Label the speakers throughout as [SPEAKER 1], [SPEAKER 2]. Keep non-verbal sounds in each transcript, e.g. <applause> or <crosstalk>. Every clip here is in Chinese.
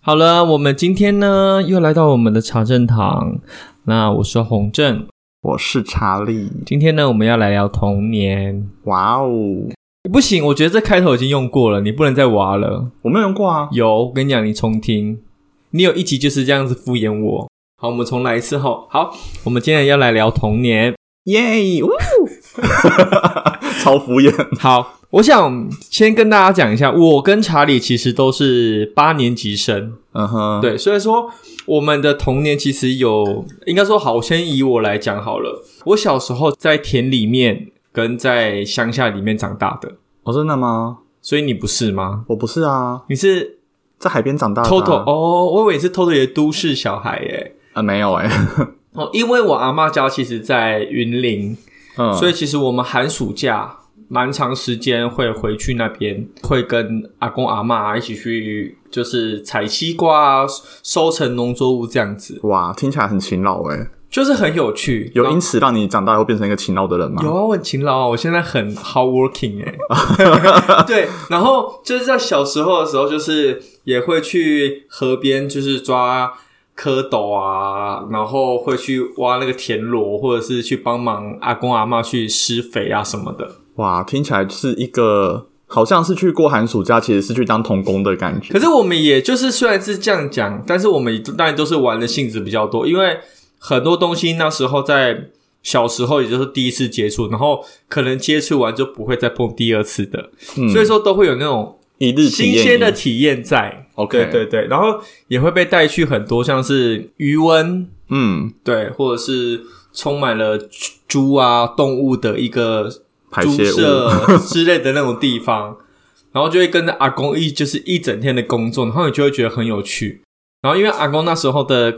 [SPEAKER 1] 好了，我们今天呢又来到我们的查证堂。那我是洪正，
[SPEAKER 2] 我是查理。
[SPEAKER 1] 今天呢我们要来聊童年。
[SPEAKER 2] 哇哦，
[SPEAKER 1] 不行，我觉得这开头已经用过了，你不能再挖了。
[SPEAKER 2] 我没有用过啊。
[SPEAKER 1] 有，我跟你讲，你重听，你有一集就是这样子敷衍我。好，我们重来一次后。好，我们今天要来聊童年。
[SPEAKER 2] 耶！呜 <laughs> 超敷衍。
[SPEAKER 1] 好，我想先跟大家讲一下，我跟查理其实都是八年级生，
[SPEAKER 2] 嗯哼，，
[SPEAKER 1] 对，所以说我们的童年其实有，应该说好，我先以我来讲好了。我小时候在田里面跟在乡下里面长大的，
[SPEAKER 2] 哦，真的吗？
[SPEAKER 1] 所以你不是吗？
[SPEAKER 2] 我不是啊，
[SPEAKER 1] 你是
[SPEAKER 2] 在海边长大的、啊。
[SPEAKER 1] 偷偷、哦，我以为你是偷偷的都市小孩耶。
[SPEAKER 2] 啊，没有哎、
[SPEAKER 1] 哦，因为我阿妈家其实，在云林，
[SPEAKER 2] 嗯，
[SPEAKER 1] 所以其实我们寒暑假蛮长时间会回去那边，会跟阿公阿妈一起去，就是采西瓜啊、收成农作物这样子，
[SPEAKER 2] 哇，听起来很勤劳哎、
[SPEAKER 1] 就是很有趣。
[SPEAKER 2] 有
[SPEAKER 1] 然
[SPEAKER 2] 因
[SPEAKER 1] 后
[SPEAKER 2] 此让你长大后变成一个勤劳的人吗？
[SPEAKER 1] 有啊，我很勤劳啊，我现在很 hard working 哎、 <laughs> 对，然后就是在小时候的时候，就是也会去河边，就是抓蝌蚪啊，然后会去挖那个田螺，或者是去帮忙阿公阿妈去施肥啊什么的。
[SPEAKER 2] 哇，听起来是一个好像是去过寒暑假，其实是去当童工的感觉。
[SPEAKER 1] 可是我们也就是虽然是这样讲，但是我们当然都是玩的性质比较多，因为很多东西那时候在小时候也就是第一次接触，然后可能接触完就不会再碰第二次的，
[SPEAKER 2] 嗯
[SPEAKER 1] 所以说都会有那种
[SPEAKER 2] 一日体
[SPEAKER 1] 新
[SPEAKER 2] 验
[SPEAKER 1] 鲜的
[SPEAKER 2] 营
[SPEAKER 1] 体验在。
[SPEAKER 2] ，OK，
[SPEAKER 1] 对对对，然后也会被带去很多像是余温，
[SPEAKER 2] 嗯，
[SPEAKER 1] 对，或者是充满了猪猪啊动物的一个
[SPEAKER 2] 排
[SPEAKER 1] 猪
[SPEAKER 2] 泄物，
[SPEAKER 1] 舍 <laughs> 之类的那种地方，然后就会跟着阿公一就是一整天的工作，然后你就会觉得很有趣。然后因为阿公那时候的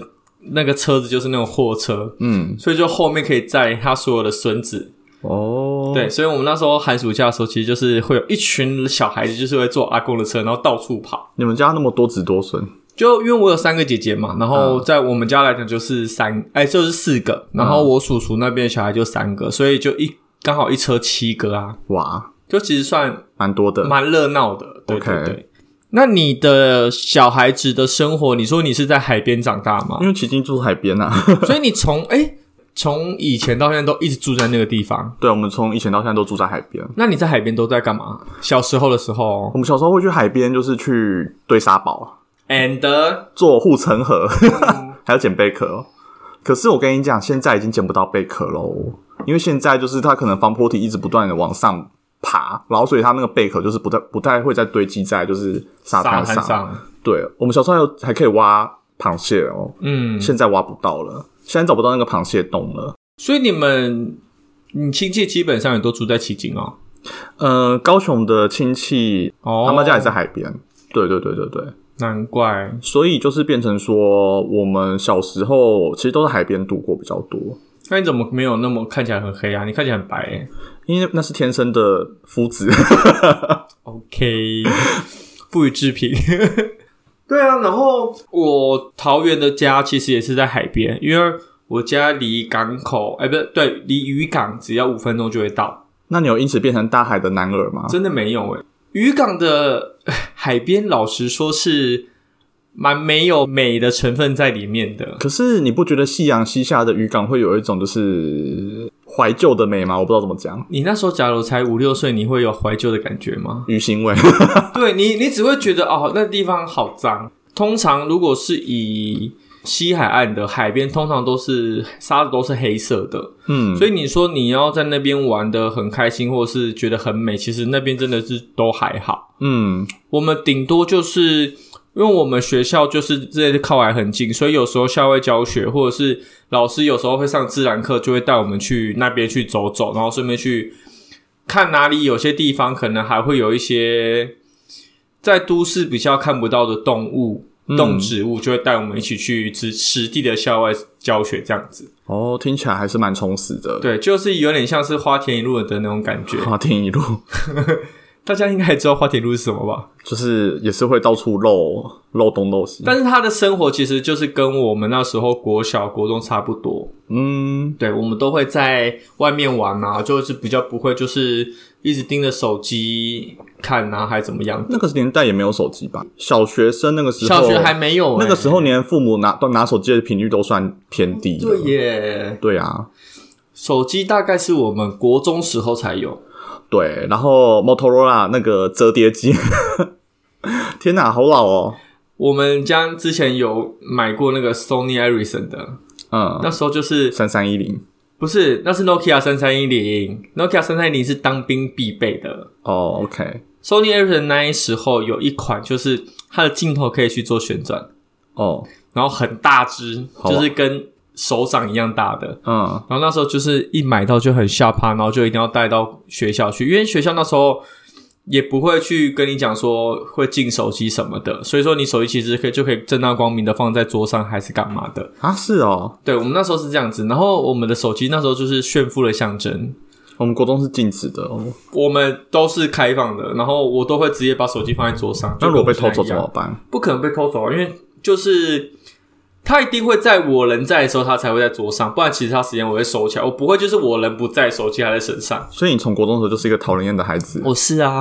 [SPEAKER 1] 那个车子就是那种货车，
[SPEAKER 2] 嗯，
[SPEAKER 1] 所以就后面可以载他所有的孙子。
[SPEAKER 2] 哦，
[SPEAKER 1] 对，，所以我们那时候寒暑假的时候，其实就是会有一群小孩子，就是会坐阿公的车，然后到处跑。
[SPEAKER 2] 你们家那么多子多孙，
[SPEAKER 1] 就因为我有三个姐姐嘛，然后
[SPEAKER 2] 嗯
[SPEAKER 1] 在我们家来讲就是三，哎、就是四个，然后我叔叔那边的小孩就三个，所以就一刚好一车七个啊，
[SPEAKER 2] 哇，
[SPEAKER 1] 就其实算
[SPEAKER 2] 蛮多的。
[SPEAKER 1] 蛮热闹的，对对
[SPEAKER 2] OK
[SPEAKER 1] 对。那你的小孩子的生活，你说你是在海边长大
[SPEAKER 2] <laughs>
[SPEAKER 1] 吗
[SPEAKER 2] 因？为奇经住海边啊， <laughs>
[SPEAKER 1] 所以你从哎从以前到现在都一直住在那个地方。
[SPEAKER 2] 对，我们从以前到现在都住在海边。
[SPEAKER 1] 那你在海边都在干嘛？小时候的时候
[SPEAKER 2] 我们小时候会去海边，就是去堆沙堡、
[SPEAKER 1] ，and
[SPEAKER 2] 做护城河， <laughs> 还要捡贝壳。哦可是我跟你讲，现在已经捡不到贝壳喽，因为现在就是它可能防坡体一直不断的往上爬，然后所以它那个贝壳就是不太不太会再堆积在就是沙
[SPEAKER 1] 沙
[SPEAKER 2] 滩
[SPEAKER 1] 滩上，
[SPEAKER 2] 对，我们小时候还有还可以挖螃蟹哦，
[SPEAKER 1] 嗯，
[SPEAKER 2] 现在挖不到了，现在找不到那个螃蟹洞了。
[SPEAKER 1] 所以你们你亲戚基本上也都住在旗津哦。
[SPEAKER 2] 呃，高雄的亲戚
[SPEAKER 1] 哦，
[SPEAKER 2] 他们家也在，海边。对对对对对，
[SPEAKER 1] 难怪。
[SPEAKER 2] 所以就是变成说，我们小时候其实都在海边度过比较多，
[SPEAKER 1] 那你怎么没有那么看起来很黑啊？你看起来很白、欸。
[SPEAKER 2] 因为那是天生的肤质。
[SPEAKER 1] OK，不予置评。对啊，然后我桃园的家其实也是在海边，因为我家离港口，哎、不是，对，离渔港只要五分钟就会到。
[SPEAKER 2] <laughs> 那你有因此变成大海的男儿吗？
[SPEAKER 1] 真的没有哎、渔港的唉海边，老实说是蛮没有美的成分在里面的。
[SPEAKER 2] 可是你不觉得夕阳西下的渔港会有一种就是怀旧的美吗？我不知道怎么讲，
[SPEAKER 1] 你那时候假如才五六岁，你会有怀旧的感觉吗？
[SPEAKER 2] 鱼腥味。 <laughs>
[SPEAKER 1] 对你，你只会觉得哦，那地方好脏。通常如果是以西海岸的海边，通常都是沙子都是黑色的，
[SPEAKER 2] 嗯，
[SPEAKER 1] 所以你说你要在那边玩的很开心，或是觉得很美，其实那边真的是都还好。
[SPEAKER 2] 嗯，
[SPEAKER 1] 我们顶多就是因为我们学校就是这些靠海很近，所以有时候校外教学或者是老师有时候会上自然课，就会带我们去那边去走走，然后顺便去看哪里有些地方可能还会有一些在都市比较看不到的动物、
[SPEAKER 2] 嗯
[SPEAKER 1] 动植物，就会带我们一起去实实地的校外教学这样子。
[SPEAKER 2] 哦，听起来还是蛮充实的。 <laughs> 啊
[SPEAKER 1] 对，就是有点像是花田一路的那种感觉。
[SPEAKER 2] 花天一路，
[SPEAKER 1] 大家应该也知道花铁路是什么吧？
[SPEAKER 2] 就是也是会到处漏漏东漏西。
[SPEAKER 1] 但是他的生活其实就是跟我们那时候国小、国中差不多。
[SPEAKER 2] 嗯，
[SPEAKER 1] 对，我们都会在外面玩啊，就是比较不会就是一直盯着手机看啊，还怎么样的？
[SPEAKER 2] 那个年代也没有手机吧？小学生那个时候，
[SPEAKER 1] 小学还没有欸、
[SPEAKER 2] 那个时候连父母拿都拿手机的频率都算偏低的。
[SPEAKER 1] 对耶，
[SPEAKER 2] 对啊，
[SPEAKER 1] 手机大概是我们国中时候才有。
[SPEAKER 2] 对。然后 Motorola 那个折叠机，天哪，好老哦。
[SPEAKER 1] 我们家之前有买过那个 Sony Ericsson 的，
[SPEAKER 2] 嗯，
[SPEAKER 1] 那时候就是
[SPEAKER 2] 三三一零
[SPEAKER 1] 不是那是 Nokia 三三一零，Nokia 三三一零是当兵必备的。
[SPEAKER 2] 哦，OK，
[SPEAKER 1] Sony Ericsson 那时候有一款，就是它的镜头可以去做旋转，
[SPEAKER 2] 哦，
[SPEAKER 1] 然后很大只，
[SPEAKER 2] 好啊
[SPEAKER 1] 就是跟手掌一样大的。
[SPEAKER 2] 嗯，
[SPEAKER 1] 然后那时候就是一买到就很吓趴，然后就一定要带到学校去，因为学校那时候也不会去跟你讲说会进手机什么的，所以说你手机其实可以就可以正大光明的放在桌上还是干嘛的。
[SPEAKER 2] 啊，是哦，
[SPEAKER 1] 对我们那时候是这样子，然后我们的手机那时候就是炫富的象征。
[SPEAKER 2] 我们国中是禁止的哦。
[SPEAKER 1] 我们都是开放的，然后我都会直接把手机放在桌上。
[SPEAKER 2] 那如果被
[SPEAKER 1] 就
[SPEAKER 2] 偷
[SPEAKER 1] 跟我
[SPEAKER 2] 走
[SPEAKER 1] 现在一
[SPEAKER 2] 怎
[SPEAKER 1] 样
[SPEAKER 2] 么办？
[SPEAKER 1] 不可能被偷走啊，因为就是他一定会在我人在的时候，他才会在桌上，不然其他时间我会收起来，我不会就是我人不在，手机还在身上。
[SPEAKER 2] 所以你从国中的时候就是一个讨人厌的孩子， <laughs>
[SPEAKER 1] 我是 <laughs> 啊，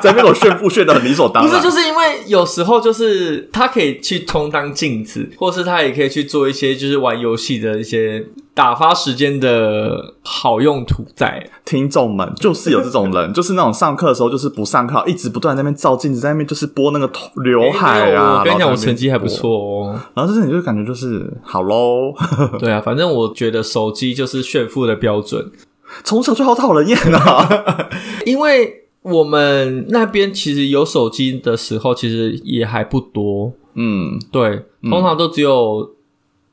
[SPEAKER 2] 在那边给我炫富炫的很理所当
[SPEAKER 1] 不
[SPEAKER 2] 然。
[SPEAKER 1] 是就是因为有时候就是他可以去充当镜子，或是他也可以去做一些就是玩游戏的一些打发时间的好用途在。
[SPEAKER 2] 听众们，就是有这种人，就是那种上课的时候就是不上课，一直不断在那边照镜子，在那边就是拨那个头刘海啊。
[SPEAKER 1] 我跟你
[SPEAKER 2] 然
[SPEAKER 1] 讲，
[SPEAKER 2] 后
[SPEAKER 1] 我
[SPEAKER 2] 在那边
[SPEAKER 1] 成绩还不
[SPEAKER 2] 拨。
[SPEAKER 1] 错哦。
[SPEAKER 2] 然后就是你就感觉就是好喽，
[SPEAKER 1] <laughs> 对啊，反正我觉得手机就是炫富的标准。
[SPEAKER 2] 从小就好讨人厌啊。
[SPEAKER 1] <laughs> 因为我们那边其实有手机的时候，其实也还不多，
[SPEAKER 2] 嗯，
[SPEAKER 1] 对，通常都只有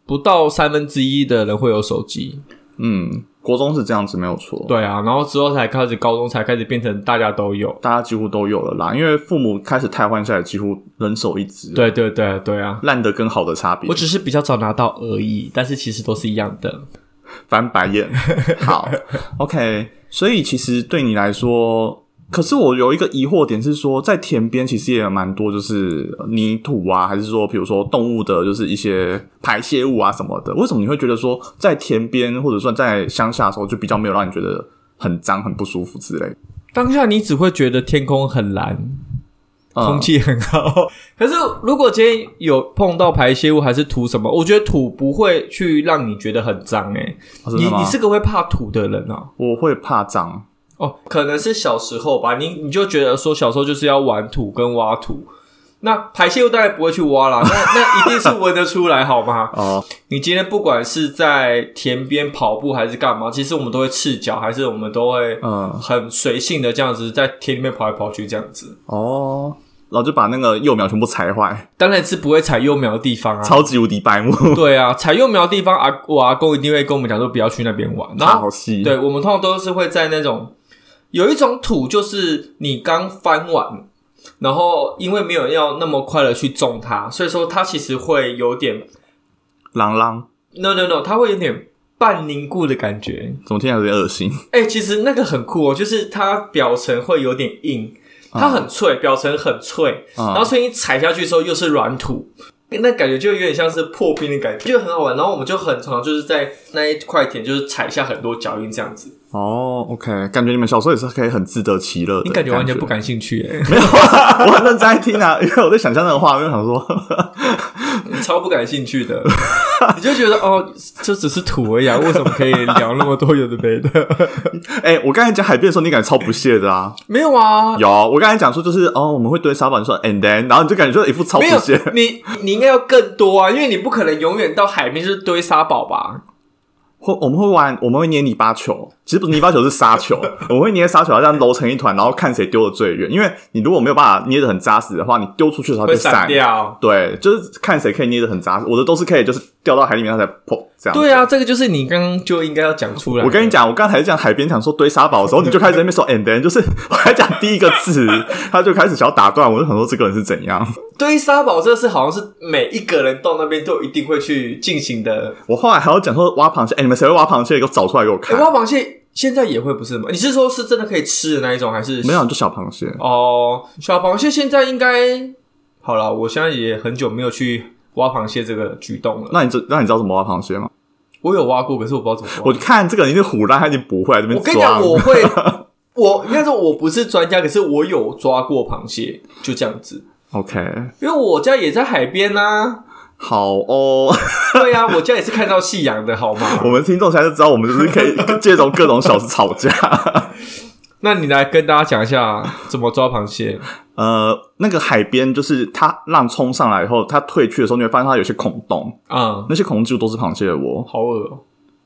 [SPEAKER 1] 不到三分之一的人会有手机，
[SPEAKER 2] 嗯，国中是这样子没有错，
[SPEAKER 1] 对啊，然后之后才开始高中才开始变成大家都有，
[SPEAKER 2] 大家几乎都有了啦，因为父母开始汰换下来，几乎人手一只，，
[SPEAKER 1] 对对对对啊。
[SPEAKER 2] 烂的跟好的差别
[SPEAKER 1] 我，只是比较早拿到而已，但是其实都是一样的。
[SPEAKER 2] 翻
[SPEAKER 1] <laughs>
[SPEAKER 2] 白眼。好，OK，所以其实对你来说。可是我有一个疑惑点是说，在田边其实也蛮多，就是泥土啊，还是说，比如说动物的，就是一些排泄物啊什么的。为什么你会觉得说，在田边或者说在乡下的时候，就比较没有让你觉得很脏、很不舒服之类的？
[SPEAKER 1] 当下你只会觉得天空很蓝，
[SPEAKER 2] 嗯
[SPEAKER 1] 空气很好。 <laughs> 可是如果今天有碰到排泄物还是土什么，我觉得土不会去让你觉得很脏诶、欸
[SPEAKER 2] 哦真
[SPEAKER 1] 你
[SPEAKER 2] 的吗
[SPEAKER 1] 你是个会怕土的人啊？
[SPEAKER 2] 我会怕脏，
[SPEAKER 1] 哦，可能是小时候吧，你你就觉得说小时候就是要玩土跟挖土。那排泄物当然不会去挖啦，那那一定是闻得出来，好
[SPEAKER 2] <laughs>
[SPEAKER 1] 吗？
[SPEAKER 2] 哦，
[SPEAKER 1] 你今天不管是在田边跑步还是干嘛，其实我们都会赤脚，还是我们都会
[SPEAKER 2] 嗯
[SPEAKER 1] 很随性的这样子在田里面跑来跑去这样子。
[SPEAKER 2] 哦，然后就把那个幼苗全部踩坏，
[SPEAKER 1] 当然是不会踩幼苗的地方啊，
[SPEAKER 2] 超级无敌白目， <laughs>
[SPEAKER 1] 对啊，采幼苗的地方，阿我阿公一定会跟我们讲说不要去那边玩。然
[SPEAKER 2] 好
[SPEAKER 1] 后，
[SPEAKER 2] 细，
[SPEAKER 1] 对我们通常都是会在那种有一种土，就是你刚翻完，然后因为没有要那么快的去种它，所以说它其实会有点
[SPEAKER 2] 朗朗，
[SPEAKER 1] no no no，它会有点半凝固的感觉。
[SPEAKER 2] 怎么听起来有点恶心？
[SPEAKER 1] 哎、其实那个很酷哦，就是它表层会有点硬，它
[SPEAKER 2] 嗯
[SPEAKER 1] 很脆，表层很脆，然
[SPEAKER 2] 啊
[SPEAKER 1] 后所以你踩下去之后又是软土，那感觉就有点像是破冰的感觉，就很好玩。然后我们就很常就是在那一块田就是踩下很多脚印这样子，
[SPEAKER 2] 哦，OK，感觉你们小时候也是可以很自得其乐的，
[SPEAKER 1] 你感觉完全不
[SPEAKER 2] 敢，
[SPEAKER 1] 感兴趣、 <laughs> 欸，
[SPEAKER 2] <laughs> 我很认真在听啊，因为我在想象那个画面，想说
[SPEAKER 1] 你超不感兴趣 <laughs> 的，你就觉得哦，这只是土而已、啊，为什么可以聊那么多有的没的？ <laughs>
[SPEAKER 2] 哎、我刚才讲海边的时候，你感觉超不屑的啊。
[SPEAKER 1] 没有啊。
[SPEAKER 2] 有，我刚才讲说就是哦，我们会堆沙板说，and then，然后你就感觉就一副超不
[SPEAKER 1] 没有
[SPEAKER 2] 屑，
[SPEAKER 1] 你，你应该要更多啊，因为你不可能永远到海边就是堆沙堡吧？
[SPEAKER 2] <laughs> 会我们会玩，我们会捏泥巴球，其实不是泥巴球，是沙球。我们会捏沙球，这样揉成一团，然后看谁丢的最远。因为你如果没有办法捏得很扎实的话，你丢出去的时候它
[SPEAKER 1] 会
[SPEAKER 2] 就哦散
[SPEAKER 1] 散。掉。
[SPEAKER 2] 对，就是看谁可以捏得很扎实。我的都是可以，就是掉到海里面它才砰这样。
[SPEAKER 1] 对啊，这个就是你刚刚就应该要讲出来的。
[SPEAKER 2] 我跟你讲，我刚才讲海边讲说堆沙堡的时候，你就开始在那边说 and then，就是我还讲第一个字，他就开始想要打断我，就想说这个人是怎样。
[SPEAKER 1] 堆沙堡这个事好像是每一个人到那边都一定会去进行的。
[SPEAKER 2] 我后来还要讲说挖螃蟹，哎、你们谁会挖螃蟹？给我找出来给我
[SPEAKER 1] 欸、
[SPEAKER 2] 看。
[SPEAKER 1] 挖螃蟹现在也会不是吗？你是说是真的可以吃的那一种，还是
[SPEAKER 2] 没有就小螃蟹，
[SPEAKER 1] 哦，小螃蟹现在应该好了，我现在也很久没有去挖螃蟹这个举动了。
[SPEAKER 2] 那你知那你知道怎么挖螃蟹吗？
[SPEAKER 1] 我有挖过，可是我不知道怎么挖。
[SPEAKER 2] 我看这个人一定胡乱，他已经不会来这边
[SPEAKER 1] 我跟你
[SPEAKER 2] 抓
[SPEAKER 1] 讲，。我会，
[SPEAKER 2] <laughs>
[SPEAKER 1] 我应该说我不是专家，可是我有抓过螃蟹，就这样子。
[SPEAKER 2] OK，
[SPEAKER 1] 因为我家也在海边呐、
[SPEAKER 2] 好哦， <laughs>
[SPEAKER 1] 对呀、我家也是看到夕阳的，好吗？
[SPEAKER 2] 我们听众现在就知道我们就是可以借从各种小事吵架。
[SPEAKER 1] 那你来跟大家讲一 <laughs> 下怎么抓螃蟹。
[SPEAKER 2] 呃，那个海边就是它浪冲上来以后，它退去的时候，你会发现它有些孔洞，
[SPEAKER 1] 嗯，
[SPEAKER 2] 那些孔洞就都是螃蟹的窝。
[SPEAKER 1] 好恶哦、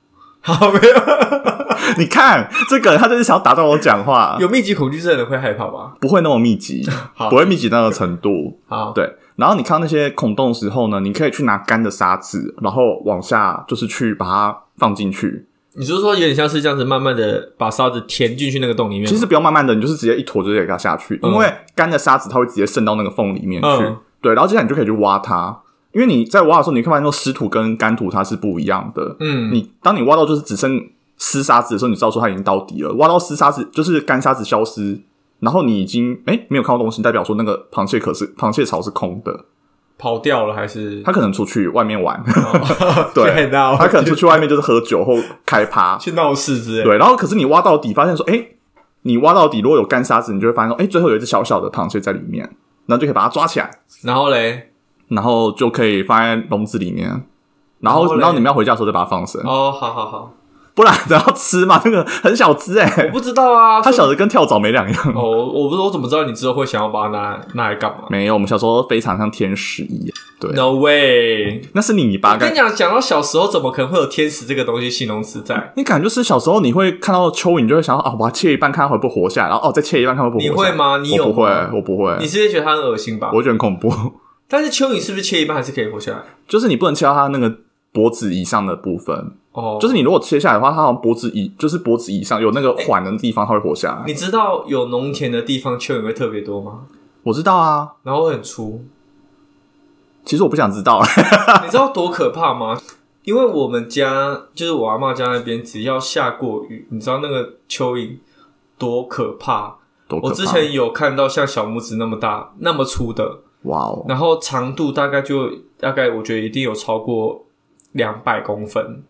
[SPEAKER 1] <laughs> 好没有，
[SPEAKER 2] <laughs> 你看这个人，他就是想要打断我讲话，
[SPEAKER 1] <laughs> 有密集恐惧症的人会害怕吧？
[SPEAKER 2] 不会那么密集，
[SPEAKER 1] 好
[SPEAKER 2] 不会密集到那个程度。
[SPEAKER 1] 好，
[SPEAKER 2] 对，然后你看到那些孔洞的时候呢，你可以去拿干的沙子，然后往下就是去把它放进去。
[SPEAKER 1] 你就是说有点像是这样子，慢慢的把沙子填进去那个洞里面吗。
[SPEAKER 2] 其实不用慢慢的，你就是直接一坨就直接给它下去，
[SPEAKER 1] 嗯
[SPEAKER 2] 因为干的沙子它会直接渗到那个缝里面去。
[SPEAKER 1] 嗯
[SPEAKER 2] 对，然后接下来你就可以去挖它，因为你在挖的时候，你会发现说湿土跟干土它是不一样的。
[SPEAKER 1] 嗯，
[SPEAKER 2] 你当你挖到就是只剩湿沙子的时候，你知道说它已经到底了。挖到湿沙子就是干沙子消失，然后你已经哎、没有看到东西，代表说那个螃蟹壳是 <laughs> 螃蟹巢是空的，
[SPEAKER 1] 跑掉了还是？
[SPEAKER 2] 它可能出去外面玩，
[SPEAKER 1] <laughs>
[SPEAKER 2] 对
[SPEAKER 1] 对，闹，
[SPEAKER 2] 它可能出去外面就是喝酒或开趴。
[SPEAKER 1] 去闹事之类的。
[SPEAKER 2] 对，然后可是你挖到底，发现说哎、你挖到底如果有干沙子，你就会发现说哎、最后有一只小小的螃蟹在里面，然后就可以把它抓起来，
[SPEAKER 1] 然后嘞，
[SPEAKER 2] 然后就可以放在笼子里面。然
[SPEAKER 1] 然后
[SPEAKER 2] 后，
[SPEAKER 1] 嘞
[SPEAKER 2] 然后你们要回家的时候再把它放生，
[SPEAKER 1] 哦，好好好，
[SPEAKER 2] 不然等要吃嘛，那个很小只哎、
[SPEAKER 1] 我不知道啊，
[SPEAKER 2] 它
[SPEAKER 1] 说
[SPEAKER 2] 小的跟跳蚤没两样。
[SPEAKER 1] 哦，我不是我怎么知道你之后会想要把它拿拿来干嘛
[SPEAKER 2] 没有，我们小时候非常像天使一样，对，
[SPEAKER 1] ？No way！
[SPEAKER 2] 那是你吧？
[SPEAKER 1] 我跟你
[SPEAKER 2] 感
[SPEAKER 1] 讲，讲到小时候，怎么可能会有天使这个东西形容词在？
[SPEAKER 2] 你感觉就是小时候你会看到蚯蚓，你就会想到啊，我要切一半看它会不会活下来，然后哦再切一半看会不会
[SPEAKER 1] 你
[SPEAKER 2] 活下
[SPEAKER 1] 会
[SPEAKER 2] 来。
[SPEAKER 1] 吗？你有
[SPEAKER 2] 我
[SPEAKER 1] 吗
[SPEAKER 2] 不会，我不会
[SPEAKER 1] 你，是不是觉得它很恶心吧
[SPEAKER 2] 嗯我？会觉得很恐怖。 <laughs>
[SPEAKER 1] 但是蚯蚓是不是切一半还是可以活下来？
[SPEAKER 2] 就是你不能切到它那个脖子以上的部分，
[SPEAKER 1] 哦，
[SPEAKER 2] 就是你如果切下来的话，它好像脖子以就是脖子以上有那个环的地方，它会活下来。
[SPEAKER 1] 你知道有农田的地方蚯蚓会特别多吗？
[SPEAKER 2] 我知道啊，
[SPEAKER 1] 然后会很粗，
[SPEAKER 2] 其实我不想知道，
[SPEAKER 1] 你知道多可怕吗？因为我们家就是我阿妈家那边，只要下过雨，你知道那个蚯蚓多可怕。
[SPEAKER 2] 多可
[SPEAKER 1] 我
[SPEAKER 2] 怕
[SPEAKER 1] 之前有看到像小拇指那么大、那么粗的，
[SPEAKER 2] 哇哦，
[SPEAKER 1] 然后长度大概就大概，我觉得一定有超过两百公分。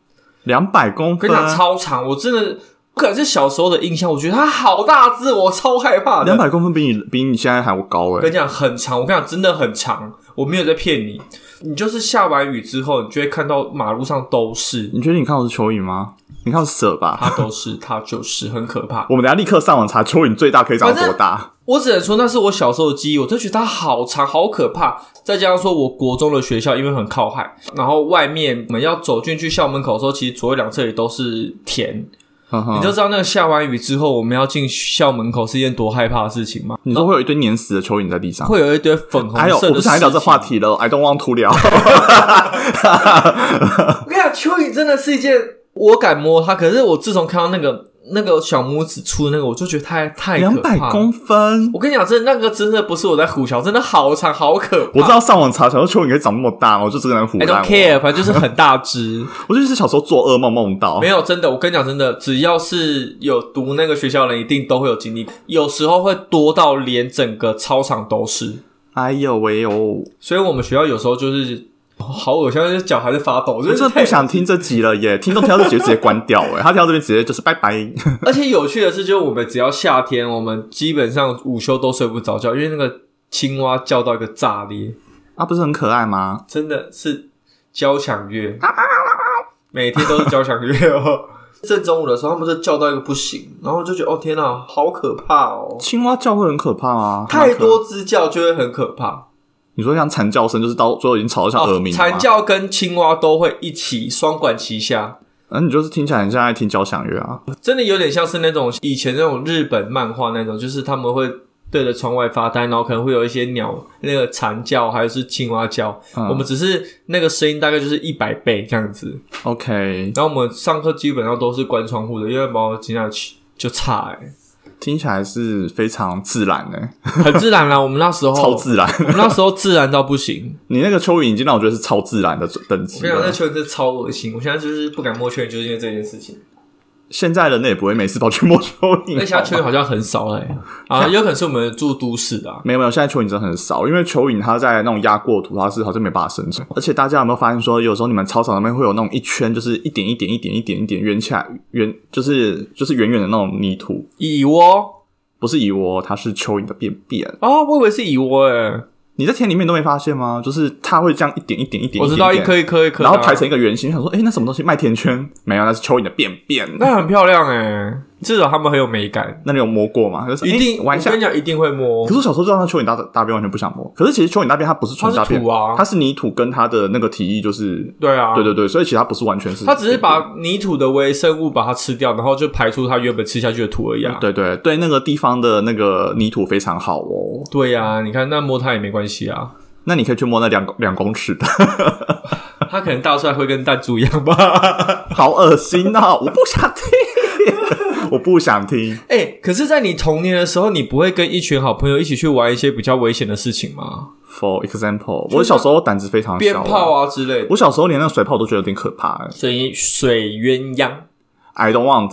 [SPEAKER 2] 两百公
[SPEAKER 1] 我跟
[SPEAKER 2] 分
[SPEAKER 1] 你，讲，超长，我真的不管是小时候的印象，我觉得它好大只，我超害怕的。
[SPEAKER 2] 两百公分比你比你现在还高
[SPEAKER 1] 我
[SPEAKER 2] 哎、
[SPEAKER 1] 跟你讲，很长，我跟你讲，真的很长，我没有在骗你。你就是下完雨之后，你就会看到马路上都是，
[SPEAKER 2] 你确定你看到的是蚯蚓吗？你看到是蛇吧？
[SPEAKER 1] 它都是，它就是很可怕。
[SPEAKER 2] 我们等一下立刻上网查蚯蚓最大可以长到多大。
[SPEAKER 1] 我只能说那是我小时候的记忆，我就觉得它好长，好可怕。再加上说，我国中的学校因为很靠海，然后外面我们要走进去校门口的时候，其实左右两侧也都是田，
[SPEAKER 2] 哼哼
[SPEAKER 1] 你就知道那个下完雨之后，我们要进校门口是一件多害怕的事情吗？
[SPEAKER 2] 你说会有一堆碾死的蚯蚓在地上。
[SPEAKER 1] 会有一堆粉红
[SPEAKER 2] 还有，
[SPEAKER 1] 色
[SPEAKER 2] 我
[SPEAKER 1] 的
[SPEAKER 2] 不想聊
[SPEAKER 1] 尸
[SPEAKER 2] 这
[SPEAKER 1] 体
[SPEAKER 2] 话。题了。I don't want to 聊。
[SPEAKER 1] 我跟你讲，蚯蚓真的是一件我敢摸它，可是我自从看到那个那个小拇指粗的那个，我就觉得太太
[SPEAKER 2] 两
[SPEAKER 1] 可怕
[SPEAKER 2] 百
[SPEAKER 1] 了
[SPEAKER 2] 公分，
[SPEAKER 1] 我跟你讲，真的那个真的不是我在胡笑，真的好长好可怕。
[SPEAKER 2] 我知道上网查，想说蚯蚓可以长那么大，我就这个人胡
[SPEAKER 1] I
[SPEAKER 2] 乱
[SPEAKER 1] don't。care，反正就是很大
[SPEAKER 2] <laughs>
[SPEAKER 1] 只。
[SPEAKER 2] 我就是小时候做噩梦梦到
[SPEAKER 1] 没，有真的，我跟你讲真的，只要是有读那个学校的人，一定都会有经历。有时候会多到连整个操场都是，
[SPEAKER 2] 哎呦喂呦，
[SPEAKER 1] 所以我们学校有时候就是哦好恶心，就是脚还在发抖，
[SPEAKER 2] 我
[SPEAKER 1] 就
[SPEAKER 2] 真
[SPEAKER 1] 是
[SPEAKER 2] 的不
[SPEAKER 1] 太。
[SPEAKER 2] 想听这集了 <laughs> 耶！听众听到这集就直接关掉哎，他听到这边直接就是拜拜。
[SPEAKER 1] <laughs> 而且有趣的是，就是我们只要夏天，我们基本上午休都睡不着觉，因为那个青蛙叫到一个炸裂，
[SPEAKER 2] 啊，不是很可爱吗？
[SPEAKER 1] 真的是交响乐，每天都是交响乐哦。 <laughs> 正中午的时候，他们就叫到一个不行，然后就觉得哦天哪，好可怕哦！
[SPEAKER 2] 青蛙叫会很可怕啊，
[SPEAKER 1] 太
[SPEAKER 2] 蛮可爱。
[SPEAKER 1] 多支叫就会很可怕，
[SPEAKER 2] 你说像惨叫声，就是到最后已经吵到像耳鸣了吗。
[SPEAKER 1] 哦蝉叫跟青蛙都会一起双管齐下，
[SPEAKER 2] 嗯，你就是听起来很像爱听交响乐啊。
[SPEAKER 1] 真的有点像是那种以前那种日本漫画那种，就是他们会对着窗外发呆，然后可能会有一些鸟那个蝉叫，还有是青蛙叫，
[SPEAKER 2] 嗯
[SPEAKER 1] 我们只是那个声音大概就是一百倍这样子。
[SPEAKER 2] OK，
[SPEAKER 1] 然后我们上课基本上都是关窗户的，因为把我惊下去就差哎、
[SPEAKER 2] 听起来是非常自然哎、
[SPEAKER 1] 很自然啦。我们那时候，
[SPEAKER 2] 超自然。 <laughs>
[SPEAKER 1] 我们那时候自然到不行。
[SPEAKER 2] 你那个蚯蚓已经让我觉得是超自然的等
[SPEAKER 1] 我
[SPEAKER 2] 级
[SPEAKER 1] 跟你讲，那
[SPEAKER 2] 了。 <laughs> 嗯
[SPEAKER 1] 蚯蚓真的超恶心，我现在就是不敢摸蚯蚓，就是因为这件事情。
[SPEAKER 2] 现在人类也不会每次跑去没收你。
[SPEAKER 1] 而且它蚯蚓好像很少哎、啊，有可能是我们住都市的、啊，
[SPEAKER 2] <laughs> 没有没有，现在蚯蚓真的很少，因为蚯蚓它在那种压过土，它是好像没办法生存。而且大家有没有发现说，有时候你们操场那边会有那种一圈，就是一点一点一点一点一点圆起来，圆就是就是圆圆的那种泥土，
[SPEAKER 1] 蚁窝
[SPEAKER 2] 不是蚁窝，它是蚯蚓的便便。
[SPEAKER 1] 哦，我以为是蚁窝哎，
[SPEAKER 2] 你在田里面都没发现吗？就是它会这样一点一点一点，
[SPEAKER 1] 我知道一
[SPEAKER 2] 点点
[SPEAKER 1] 颗一颗一颗的
[SPEAKER 2] 然
[SPEAKER 1] 啊，
[SPEAKER 2] 后排成一个圆形，想说，哎、那什么东西？麦田圈？没有，那是蚯蚓的便便。
[SPEAKER 1] 那很漂亮哎、至少它们很有美感，
[SPEAKER 2] 那你有摸过吗？就是
[SPEAKER 1] 一定、
[SPEAKER 2] 诶啊玩一
[SPEAKER 1] 我
[SPEAKER 2] 下
[SPEAKER 1] 跟。你讲一定会摸
[SPEAKER 2] 可是，我小时候知道那蚯蚓大大便完全不想摸。可是其实蚯蚓大便它不是纯大
[SPEAKER 1] 它
[SPEAKER 2] 便
[SPEAKER 1] 是土啊
[SPEAKER 2] 它是泥土跟它的那个体液就是，
[SPEAKER 1] 对啊，
[SPEAKER 2] 对对对，所以其实它不是完全是便便，
[SPEAKER 1] 它只是把泥土的微生物把它吃掉，然后就排出它原本吃下去的土而已啊。
[SPEAKER 2] 对对对那个地方的那个泥土非常好哦。
[SPEAKER 1] 对呀、你看那摸它也没关系啊，
[SPEAKER 2] 那你可以去摸那两公两公尺的， <laughs>
[SPEAKER 1] 它可能大出来会跟弹珠一样
[SPEAKER 2] <laughs>
[SPEAKER 1] 吧。
[SPEAKER 2] 好恶心啊！我不想听，我不想听。
[SPEAKER 1] 哎、可是，在你童年的时候，你不会跟一群好朋友一起去玩一些比较危险的事情吗？
[SPEAKER 2] <laughs> For example，我小时候胆子非常小，
[SPEAKER 1] 鞭炮，啊之类的，
[SPEAKER 2] 我小时候连那个水炮都觉得有点可怕、欸。
[SPEAKER 1] 水水鸳鸯，
[SPEAKER 2] I don't want，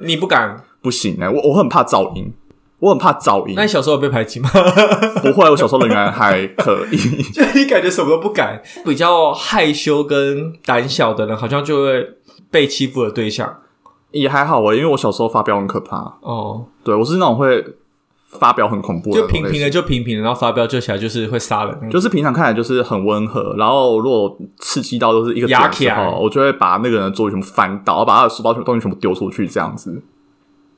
[SPEAKER 1] 你你不敢？
[SPEAKER 2] 不行哎、我我很怕噪音，我很怕噪音
[SPEAKER 1] 那。你小时候有被排挤吗？
[SPEAKER 2] 不会，我小时候人缘还可以。 <laughs>
[SPEAKER 1] 就你感觉什么都不敢，比较害羞跟胆小的人，好像就会被欺负的对象
[SPEAKER 2] 也还好欸，因为我小时候发飙很可怕，
[SPEAKER 1] 哦。
[SPEAKER 2] 对我是那种会发飙很恐怖
[SPEAKER 1] 就
[SPEAKER 2] 的那种
[SPEAKER 1] 平平
[SPEAKER 2] 类
[SPEAKER 1] 的
[SPEAKER 2] 型，
[SPEAKER 1] 就平平的，然后发飙就起来就是会杀人。
[SPEAKER 2] 就是平常看起来就是很温和，然后如果刺激到都是一个点
[SPEAKER 1] 压
[SPEAKER 2] 的
[SPEAKER 1] 起
[SPEAKER 2] 时
[SPEAKER 1] 来
[SPEAKER 2] 候，我就会把那个人的桌椅全部翻倒，把他的书包全部东西全部丢出去，这样子，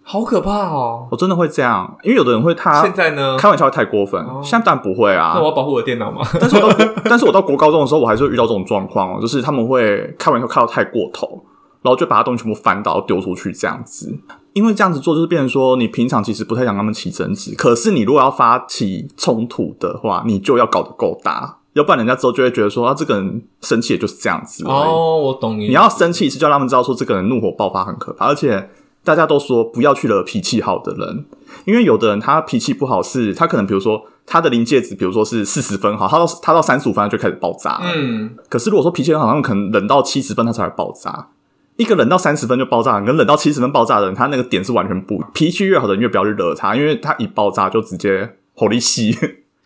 [SPEAKER 1] 好可怕哦！
[SPEAKER 2] 我真的会这样，因为有的人会他
[SPEAKER 1] 现在呢？哦
[SPEAKER 2] 开玩笑会太过分，现在当然不会啊
[SPEAKER 1] 那，我要保护我的电脑吗？
[SPEAKER 2] <laughs> 但是我到但是我到国高中的时候，我还是会遇到这种状况哦，就是他们会开玩笑开到太过头，然后就把他东西全部翻倒丢出去这样子。因为这样子做，就是变成说你平常其实不太想跟他们起争执，可是你如果要发起冲突的话，你就要搞得够大，要不然人家之后就会觉得说啊，这个人生气也就是这样子而已。
[SPEAKER 1] 哦，我懂你。
[SPEAKER 2] 你要生气一次，就让他们知道说这个人怒火爆发很可怕，而且大家都说不要去惹脾气好的人，因为有的人他脾气不好是，他可能比如说他的临界值，比如说是四十分好，他到他到三十五分他就开始爆炸了。
[SPEAKER 1] 嗯，
[SPEAKER 2] 可是如果说脾气很好，他们可能冷到七十分他才会爆炸。一个冷到三十分就爆炸，跟冷到七十分爆炸的人，他那个点是完全不一样。脾气越好的人越不要去惹他，因为他一爆炸就直接火力吸。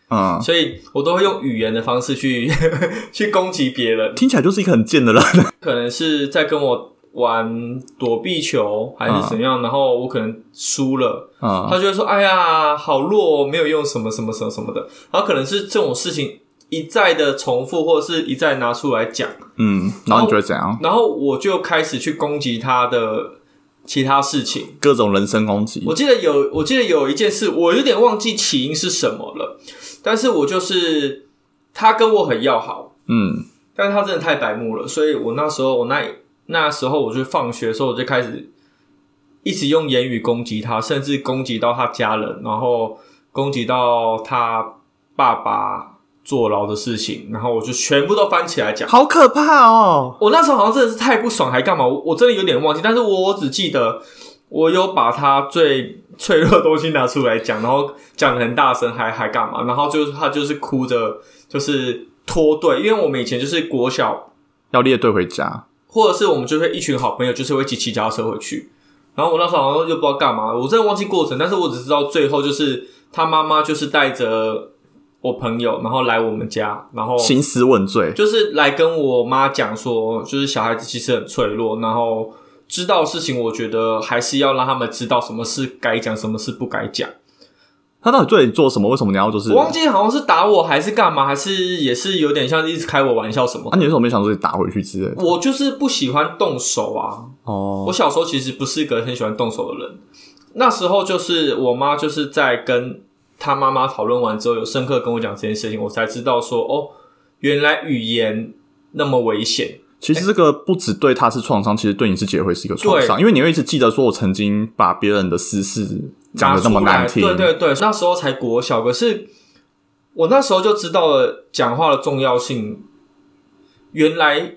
[SPEAKER 2] 嗯，
[SPEAKER 1] 所以我都会用语言的方式去 <laughs> 去攻击别人，
[SPEAKER 2] 听起来就是一个很贱的人。
[SPEAKER 1] 可能是在跟我玩躲避球还是怎么样，然后我可能输了。
[SPEAKER 2] 嗯，
[SPEAKER 1] 他就会说：“哎呀，好弱、哦，没有用，什么什么什么什么的。”然后可能是这种事情一再的重复，或者是一再拿出来讲，
[SPEAKER 2] 嗯，然后你觉得怎样？
[SPEAKER 1] 然后我就开始去攻击他的其他事情。
[SPEAKER 2] 各种人身攻击。
[SPEAKER 1] 我记得有，我记得有一件事，我有点忘记起因是什么了，但是我就是他跟我很要好，
[SPEAKER 2] 嗯，
[SPEAKER 1] 但是他真的太白目了，所以我那时候，我那那时候我就放学的时候，我就开始一直用言语攻击他，甚至攻击到他家人，然后攻击到他爸爸坐牢的事情，然后我就全部都翻起来讲。
[SPEAKER 2] 好可怕哦！
[SPEAKER 1] 我那时候好像真的是太不爽，还干嘛？我我真的有点忘记，但是我我只记得我有把他最脆弱的东西拿出来讲，然后讲的很大声，还还干嘛？然后就是他就是哭着，就是脱队，因为我们以前就是国小
[SPEAKER 2] 要列队回家，
[SPEAKER 1] 或者是我们就会一群好朋友，就是会一起骑脚踏车回去。然后我那时候好像又不知道干嘛，我真的忘记过程，但是我只知道最后就是他妈妈就是带着我朋友，然后来我们家，然后
[SPEAKER 2] 兴师问罪。
[SPEAKER 1] 就是来跟我妈讲说，就是小孩子其实很脆弱，然后知道事情，我觉得还是要让他们知道什么事该讲，什么事不该讲。
[SPEAKER 2] 他到底对你做什么？为什么你要就是？
[SPEAKER 1] 我忘
[SPEAKER 2] 啊，
[SPEAKER 1] 记好像是打我还是干嘛，还是也是有点像一直开我玩笑什么的。
[SPEAKER 2] 啊你为什么没想说你打回去之类的？
[SPEAKER 1] 我就是不喜欢动手啊，我
[SPEAKER 2] 哦，
[SPEAKER 1] 小时候其实不是一个很喜欢动手的人，那时候就是我妈就是在跟她妈妈讨论完之后，有深刻跟我讲这件事情，我才知道说哦，原来语言那么危险。
[SPEAKER 2] 其实这个不只对他是创伤，其实对你自己也会是一个创
[SPEAKER 1] 哎
[SPEAKER 2] 伤，因为你会一直记得说我曾经把别人的私事讲的那么难听。
[SPEAKER 1] 拿出来对对对，那时候才国小，可是我那时候就知道了讲话的重要性，原来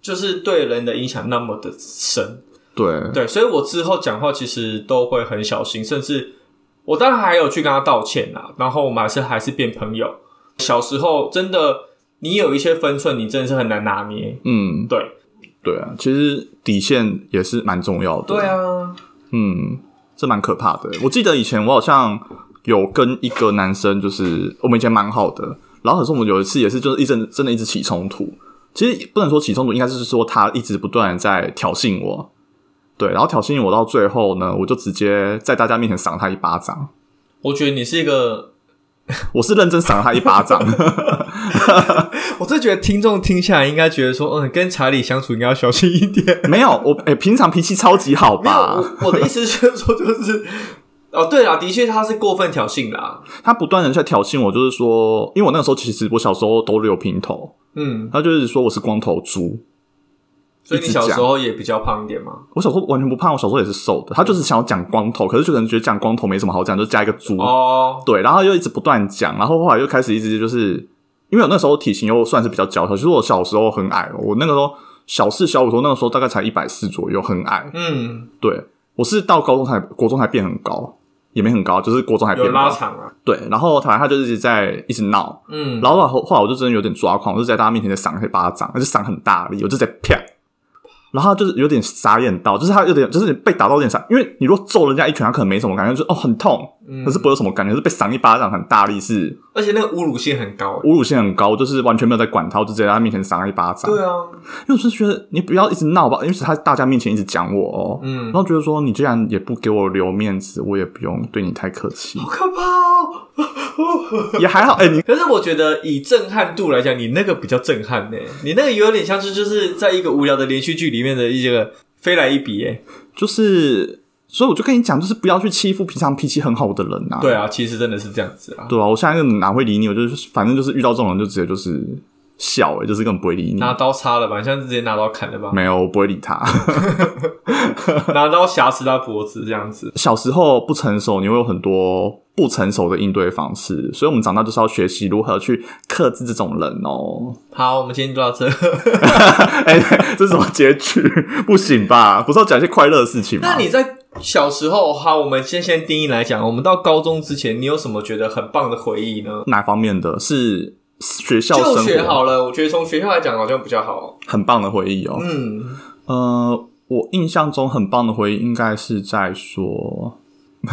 [SPEAKER 1] 就是对人的影响那么的深。
[SPEAKER 2] 对
[SPEAKER 1] 对，所以我之后讲话其实都会很小心，甚至我当然还有去跟他道歉啦。然后我们还是还是变朋友。小时候真的，你有一些分寸，你真的是很难拿捏。
[SPEAKER 2] 嗯，
[SPEAKER 1] 对，
[SPEAKER 2] 对啊，其实底线也是蛮重要的。
[SPEAKER 1] 对，啊，
[SPEAKER 2] 嗯，这蛮可怕的。我记得以前我好像有跟一个男生，就是我们以前蛮好的，然后可是我们有一次也是就是一阵真的一直起冲突。其实不能说起冲突，应该是说他一直不断地在挑衅我，对，然后挑衅我到最后呢，我就直接在大家面前赏他一巴掌。
[SPEAKER 1] 我觉得你是一个，
[SPEAKER 2] 我是认真赏他一巴掌，
[SPEAKER 1] 我真的觉得听众听下来应该觉得说，嗯，跟查理相处应该要小心一点。
[SPEAKER 2] 没有我哎、诶平常脾气超级好
[SPEAKER 1] 没有，
[SPEAKER 2] 吧？
[SPEAKER 1] 我我的意思是说，就是哦，对啦，的确他是过分挑衅啦。
[SPEAKER 2] 他不断的在挑衅我，就是说，因为我那个时候其实我小时候都留平头，
[SPEAKER 1] 嗯，
[SPEAKER 2] 他就是说我是光头猪。
[SPEAKER 1] 所以你
[SPEAKER 2] 一直讲
[SPEAKER 1] 小时候也比较胖一点嘛？
[SPEAKER 2] 我小时候完全不胖，我小时候也是瘦的。他就是想要讲光头，可是就可能觉得讲光头没什么好讲，就加一个猪。
[SPEAKER 1] 哦，
[SPEAKER 2] 对，然后又一直不断讲，然后后来又开始一直就是，因为我那时候体型又算是比较娇小，其实我小时候很矮哦，我那个时候小四小五的时候，那个时候大概才一百四左右，很矮。
[SPEAKER 1] 嗯，
[SPEAKER 2] 对我是到高中才国中才变很高，也没很高，就是国中才
[SPEAKER 1] 有
[SPEAKER 2] 变
[SPEAKER 1] 拉
[SPEAKER 2] 高。
[SPEAKER 1] 长啊。
[SPEAKER 2] 对，然后反正他就一直在一直闹，
[SPEAKER 1] 嗯，
[SPEAKER 2] 然后后来后来我就真的有点抓狂，我就在大家面前在赏一巴掌，而且赏很大力，我就在啪。然后他就是有点傻眼到，就是他有点就是被打到有点傻，因为你如果揍人家一拳，他可能没什么感觉，就是哦很痛，
[SPEAKER 1] 嗯
[SPEAKER 2] 可是不会有什么感觉，可是被赏一巴掌很大力是
[SPEAKER 1] 而且那个侮辱性很 <laughs> 高欸。
[SPEAKER 2] 侮辱性很高，就是完全没有在管他，我就直接在他面前赏一巴掌。
[SPEAKER 1] 对啊，
[SPEAKER 2] 因为我是觉得你不要一直闹吧，因为是他在大家面前一直讲我哦，
[SPEAKER 1] 嗯
[SPEAKER 2] 然，后觉得说你既然也不给我留面子，我也不用对你太
[SPEAKER 1] <laughs>
[SPEAKER 2] 客气，
[SPEAKER 1] 好可怕哦。
[SPEAKER 2] 也还好。哎、你
[SPEAKER 1] 可是我觉得以震撼度来讲，你那个比较震撼呢、欸你那个有点像是就是在一个无聊的连续剧里面的一个飞来一笔欸耶、
[SPEAKER 2] 就是，所以我就跟你讲，就是不要去欺负平常脾气很好的人啊。
[SPEAKER 1] 对啊，其实真的是这样子啊。
[SPEAKER 2] 对啊，我现在就哪会理你？我就是反正就是遇到这种人就直接就是笑、欸，就是根本不会理你。
[SPEAKER 1] 拿刀插了吧，你像是直接拿刀砍了 <laughs> 吧，
[SPEAKER 2] 没有，我不会理他。 <laughs>
[SPEAKER 1] 拿刀挟持他脖子这样子。
[SPEAKER 2] 小时候不成熟，你会有很多不成熟的应对方式，所以我们长大就是要学习如何去克制这种人哦。 <laughs>
[SPEAKER 1] 好，我们今天就到这。 <laughs>
[SPEAKER 2] 哎、 <laughs> 这是什么结局？不行吧？不是要讲一些快乐的事情吗？
[SPEAKER 1] 那你在小时候，好，我们先先定义来讲，我们到高中之前，你有什么觉得很棒的回忆呢？
[SPEAKER 2] 哪方面的是学校
[SPEAKER 1] 就
[SPEAKER 2] 生
[SPEAKER 1] 学
[SPEAKER 2] 活
[SPEAKER 1] 好了，我觉得从学校来讲好像比较好。
[SPEAKER 2] 很棒的回忆哦？
[SPEAKER 1] 嗯，
[SPEAKER 2] 呃，我印象中很棒的回忆应该是在说 <laughs>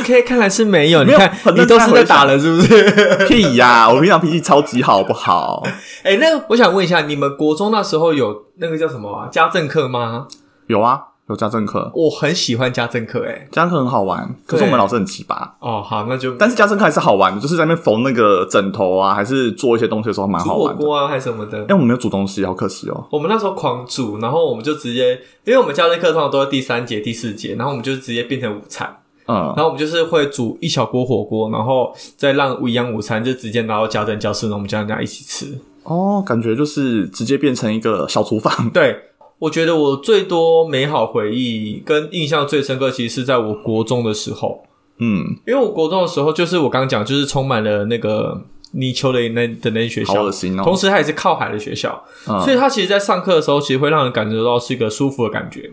[SPEAKER 1] OK，看来是没有。
[SPEAKER 2] 没有
[SPEAKER 1] 你看，
[SPEAKER 2] 很
[SPEAKER 1] 你
[SPEAKER 2] 认
[SPEAKER 1] 都
[SPEAKER 2] 真
[SPEAKER 1] 是在
[SPEAKER 2] 在回想
[SPEAKER 1] 打人，是不是？
[SPEAKER 2] <laughs> 屁呀、我平常脾气超级好，好不好？
[SPEAKER 1] 哎、那我想问一下，你们国中那时候有那个叫什么啊？家政课吗？
[SPEAKER 2] 有啊，有家政课，
[SPEAKER 1] 我很喜欢家政课、哎。
[SPEAKER 2] 家政课很好玩，可是我们老师很奇葩。
[SPEAKER 1] 哦，好，那就
[SPEAKER 2] 但是家政课还是好玩的，就是在那边缝那个枕头啊，还是做一些东西的时候蛮
[SPEAKER 1] 煮
[SPEAKER 2] 好
[SPEAKER 1] 火
[SPEAKER 2] 玩的。
[SPEAKER 1] 锅啊，还是什么的
[SPEAKER 2] 哎、。我们没有煮东西，好可惜哦。
[SPEAKER 1] 我们那时候狂煮，然后我们就直接，因为我们家政课通常都是第三节、第四节，然后我们就直接变成午餐，
[SPEAKER 2] 嗯
[SPEAKER 1] 然，后我们就是会煮一小锅火锅，然后再让营养午餐就直接拿到家政教室，然后我们家人家一起吃。
[SPEAKER 2] 哦，感觉就是直接变成一个小厨房。 <laughs>
[SPEAKER 1] 对，我觉得我最多美好回忆跟印象最深刻，其实是在我国中的时候，
[SPEAKER 2] 嗯，
[SPEAKER 1] 因为我国中的时候就是我刚刚讲，就是充满了那个泥鳅的那的那些学
[SPEAKER 2] 好
[SPEAKER 1] 校
[SPEAKER 2] 恶，心哦。
[SPEAKER 1] 同时它也是靠海的学校，
[SPEAKER 2] 嗯
[SPEAKER 1] 所以它其实，在上课的时候，其实会让人感觉到是一个舒服的感觉。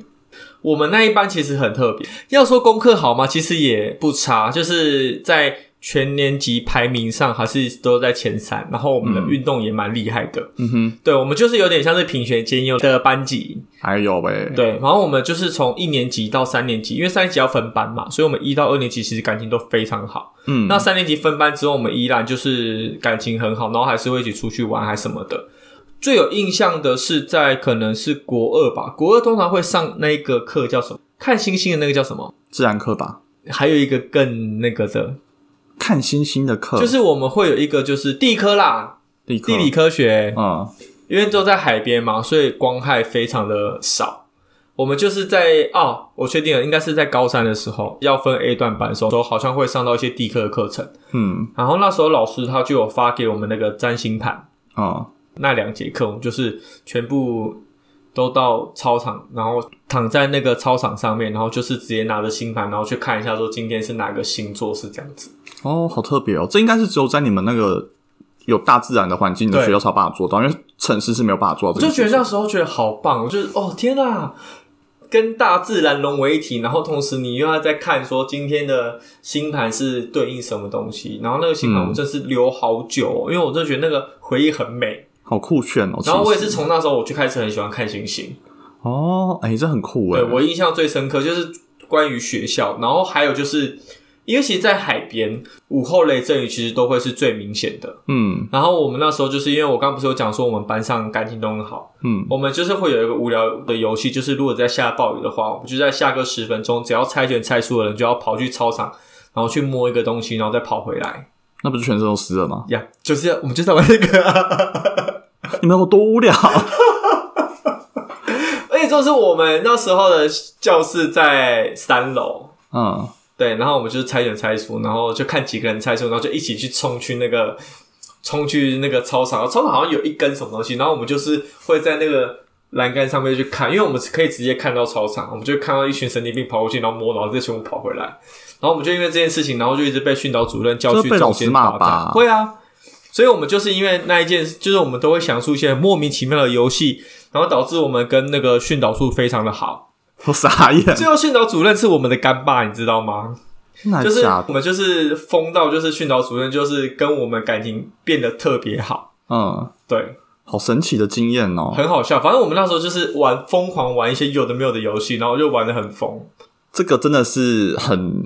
[SPEAKER 1] 我们那一班其实很特别，要说功课好吗？其实也不差，就是在全年级排名上还是都在前三。然后我们的运动也蛮厉害的，
[SPEAKER 2] 嗯哼，
[SPEAKER 1] 对我们就是有点像是品学兼优的班级。
[SPEAKER 2] 还有呗。，
[SPEAKER 1] 对，然后我们就是从一年级到三年级，因为三年级要分班嘛，所以我们一到二年级其实感情都非常好。
[SPEAKER 2] 嗯，
[SPEAKER 1] 那三年级分班之后，我们依然就是感情很好，然后还是会一起出去玩，还什么的。最有印象的是在可能是国二吧，国二通常会上那个课叫什么？看星星的那个叫什么？
[SPEAKER 2] 自然课吧，
[SPEAKER 1] 还有一个更那个的，
[SPEAKER 2] 看星星的课，
[SPEAKER 1] 就是我们会有一个就是地科啦，
[SPEAKER 2] 地课
[SPEAKER 1] 地理科学，
[SPEAKER 2] 嗯，
[SPEAKER 1] 因为都在海边嘛，所以光害非常的少。我们就是在哦，我确定了，应该是在高三的时候要分 A 段班的时候，好像会上到一些地科的课程。
[SPEAKER 2] 嗯
[SPEAKER 1] 然后那时候老师他就有发给我们那个占星盘，
[SPEAKER 2] 嗯，
[SPEAKER 1] 那两节课我们就是全部都到操场，然后躺在那个操场上面，然后就是直接拿着星盘，然后去看一下说今天是哪个星座是这样子。
[SPEAKER 2] 哦，好特别哦，这应该是只有在你们那个有大自然的环境的
[SPEAKER 1] 对
[SPEAKER 2] 学校才有办法做到，因为城市是没有办法做到
[SPEAKER 1] 我就
[SPEAKER 2] 这个事情。
[SPEAKER 1] 觉得那时候觉得好棒，我就是哦天呐，跟大自然融为一体，然后同时你又要在看说今天的星盘是对应什么东西，然后那个星盘
[SPEAKER 2] 嗯
[SPEAKER 1] 我真是留好久哦、因为我真的觉得那个回忆很美。
[SPEAKER 2] 好酷炫哦！
[SPEAKER 1] 然后我也
[SPEAKER 2] 其
[SPEAKER 1] 是
[SPEAKER 2] 实
[SPEAKER 1] 从那时候我就开始很喜欢看星星，
[SPEAKER 2] 哦，哎、这很酷哎、
[SPEAKER 1] 对我印象最深刻就是关于学校，然后还有就是因为其实，在海边午后雷阵雨其实都会是最明显的。
[SPEAKER 2] 嗯
[SPEAKER 1] 然后我们那时候就是因为我刚不是有讲说我们班上感情都很好，
[SPEAKER 2] 嗯，
[SPEAKER 1] 我们就是会有一个无聊的游戏，就是如果在下暴雨的话，我们就在下课十分钟，只要猜拳猜输的人就要跑去操场，然后去摸一个东西，然后再跑回来。
[SPEAKER 2] 那不是全身都湿了吗？ <laughs>
[SPEAKER 1] 呀、就是我们就在玩这个、 <laughs> 啊，
[SPEAKER 2] 你们有多无聊？ <laughs>
[SPEAKER 1] 而且就是我们那时候的教室在三楼，
[SPEAKER 2] 嗯，
[SPEAKER 1] 对，然后我们就是猜拳猜输，然后就看几个人猜输，然后就一起去冲去那个冲去那个操场，操场好像有一根什么东西，然后我们就是会在那个栏杆上面去看，因为我们是可以直接看到操场，我们就看到一群神经病跑过去，然后摸，然后再全部跑回来，然后我们就因为这件事情，然后就一直被训导主任叫
[SPEAKER 2] 这
[SPEAKER 1] 去
[SPEAKER 2] 被
[SPEAKER 1] 总
[SPEAKER 2] 老师
[SPEAKER 1] 监
[SPEAKER 2] 骂
[SPEAKER 1] 罚
[SPEAKER 2] 吧
[SPEAKER 1] 站，会啊。所以，我们就是因为那一件，就是我们都会想出一些莫名其妙的游戏，然后导致我们跟那个训导处非常的好。
[SPEAKER 2] 我傻眼，
[SPEAKER 1] 最后，训导主任是我们的干爸，你知道吗？
[SPEAKER 2] 那
[SPEAKER 1] 就是
[SPEAKER 2] 假
[SPEAKER 1] 我们就是疯到，就是训导主任就是跟我们感情变得特别好，
[SPEAKER 2] 嗯，
[SPEAKER 1] 对，
[SPEAKER 2] 好神奇的经验哦。
[SPEAKER 1] 很好笑。反正我们那时候就是玩疯狂玩一些有的没有的游戏，然后就玩的很疯。
[SPEAKER 2] 这个真的是很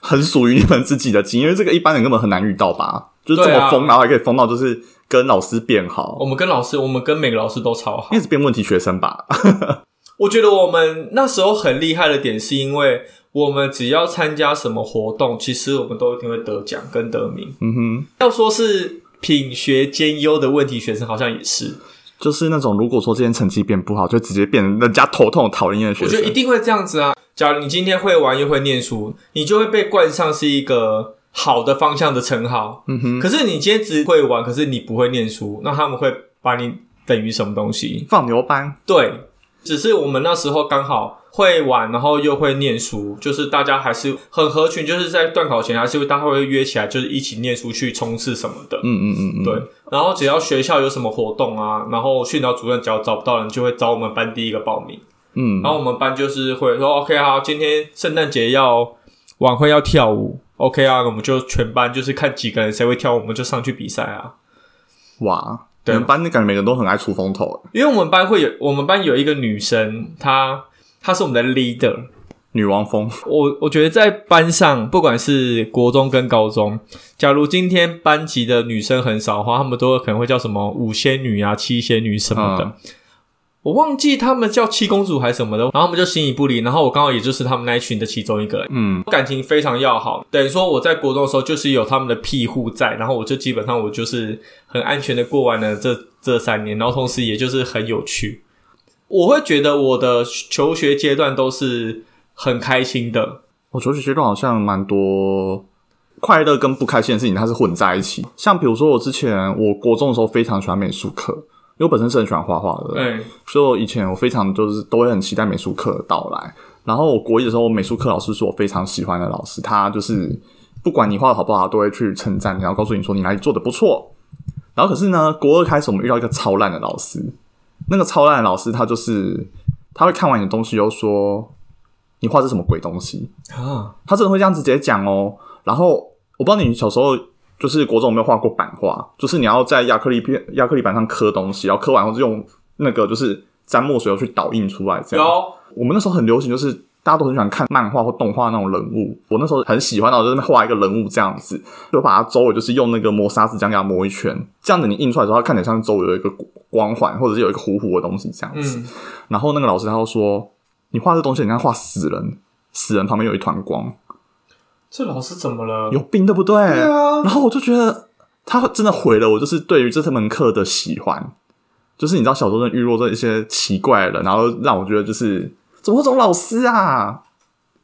[SPEAKER 2] 很属于你们自己的经验，因为这个一般人根本很难遇到吧？就是这
[SPEAKER 1] 对
[SPEAKER 2] 么
[SPEAKER 1] 啊
[SPEAKER 2] 疯，然后还可以疯到就是跟老师变
[SPEAKER 1] 我
[SPEAKER 2] 好，
[SPEAKER 1] 们跟老师，我们跟每个老师都超好
[SPEAKER 2] 应。该是变问题学生吧？ <laughs>
[SPEAKER 1] 我觉得我们那时候很厉害的点，是因为我们只要参加什么活动，其实我们都一定会得奖跟得名。
[SPEAKER 2] 嗯哼，
[SPEAKER 1] 要说是品学兼优的问题学生，好像也是，
[SPEAKER 2] 就是那种如果说今天成绩变不好，就直接变人家头痛讨厌的学
[SPEAKER 1] 我觉得一
[SPEAKER 2] 生。
[SPEAKER 1] 定会这样子啊。假如你今天会玩又会念书，你就会被冠上是一个好的方向的称号。
[SPEAKER 2] 嗯哼，
[SPEAKER 1] 可是你今天只会玩，可是你不会念书，那他们会把你等于什么东西？
[SPEAKER 2] 放牛班，
[SPEAKER 1] 对，只是我们那时候刚好会玩，然后又会念书，就是大家还是很合群，就是在段考前还是会大家会约起来，就是一起念书去冲刺什么的。
[SPEAKER 2] 嗯嗯嗯嗯，
[SPEAKER 1] 对，然后只要学校有什么活动啊，然后训导主任只要找不到人，就会找我们班第一个报名。
[SPEAKER 2] 嗯，
[SPEAKER 1] 然后我们班就是会说 OK 好，今天圣诞节要晚会要跳舞，OK 啊，我们就全班就是看几个人谁会跳舞，我们就上去比赛啊。
[SPEAKER 2] 哇，你
[SPEAKER 1] 对
[SPEAKER 2] 们班感觉每个人都很爱出风头，
[SPEAKER 1] 因为我们班会有我们班有一个女生，她她是我们的 leader。
[SPEAKER 2] 女王风，
[SPEAKER 1] 我我觉得在班上，不管是国中跟高中，假如今天班级的女生很少的话，她们都可能会叫什么五仙女啊、七仙女什么的。
[SPEAKER 2] 嗯
[SPEAKER 1] 我忘记她们叫七公主还是什么的，然后她们就形影不离。然后我刚好也就是她们那一群的其中一个人，
[SPEAKER 2] 嗯，
[SPEAKER 1] 感情非常要好，等于说我在国中的时候就是有他们的庇护在，然后我就基本上我就是很安全的过完了这这三年，然后同时也就是很有趣。我会觉得我的求学阶段都是很开心的，
[SPEAKER 2] 我求学阶段好像蛮多快乐跟不开心的事情，它是混在一起。像比如说，我之前我国中的时候非常喜欢美术课，因为我本身是很喜欢画画的，
[SPEAKER 1] 对，
[SPEAKER 2] 所以我以前我非常就是都会很期待美术课的到来。然后我国一的时候，我美术课老师是我非常喜欢的老师，他就是不管你画的好不好，他都会去称赞你，然后告诉你说你哪里做的不错。然后可是呢，国二开始我们遇到一个超烂的老师，那个超烂的老师他就是他会看完你的东西又说你画这什么鬼东西，
[SPEAKER 1] 啊，
[SPEAKER 2] 他真的会这样子直接讲哦。然后我不知道你小时候就是国中有没有画过版画，就是你要在亚克力片、亚克力板上刻东西，然后刻完后就用那个就是沾墨水后去倒印出来这样。
[SPEAKER 1] 有
[SPEAKER 2] 我们那时候很流行，就是大家都很喜欢看漫画或动画那种人物。我那时候很喜欢，然后我就在那边画一个人物这样子，就把它周围就是用那个磨砂纸这样给它磨一圈，这样子你印出来的时候，它看起来像周围有一个光环，或者是有一个糊糊的东西这样子。
[SPEAKER 1] 嗯，
[SPEAKER 2] 然后那个老师他就说：“你画这东西，你像画死人，死人旁边有一团光。”
[SPEAKER 1] 这老师怎么了？
[SPEAKER 2] 有病对不对？
[SPEAKER 1] 对啊
[SPEAKER 2] 然后我就觉得他真的毁了我，就是对于这门课的喜欢。就是你知道，小时候真的遇到这一些奇怪的人，然后让我觉得就是怎么会有这种老师啊？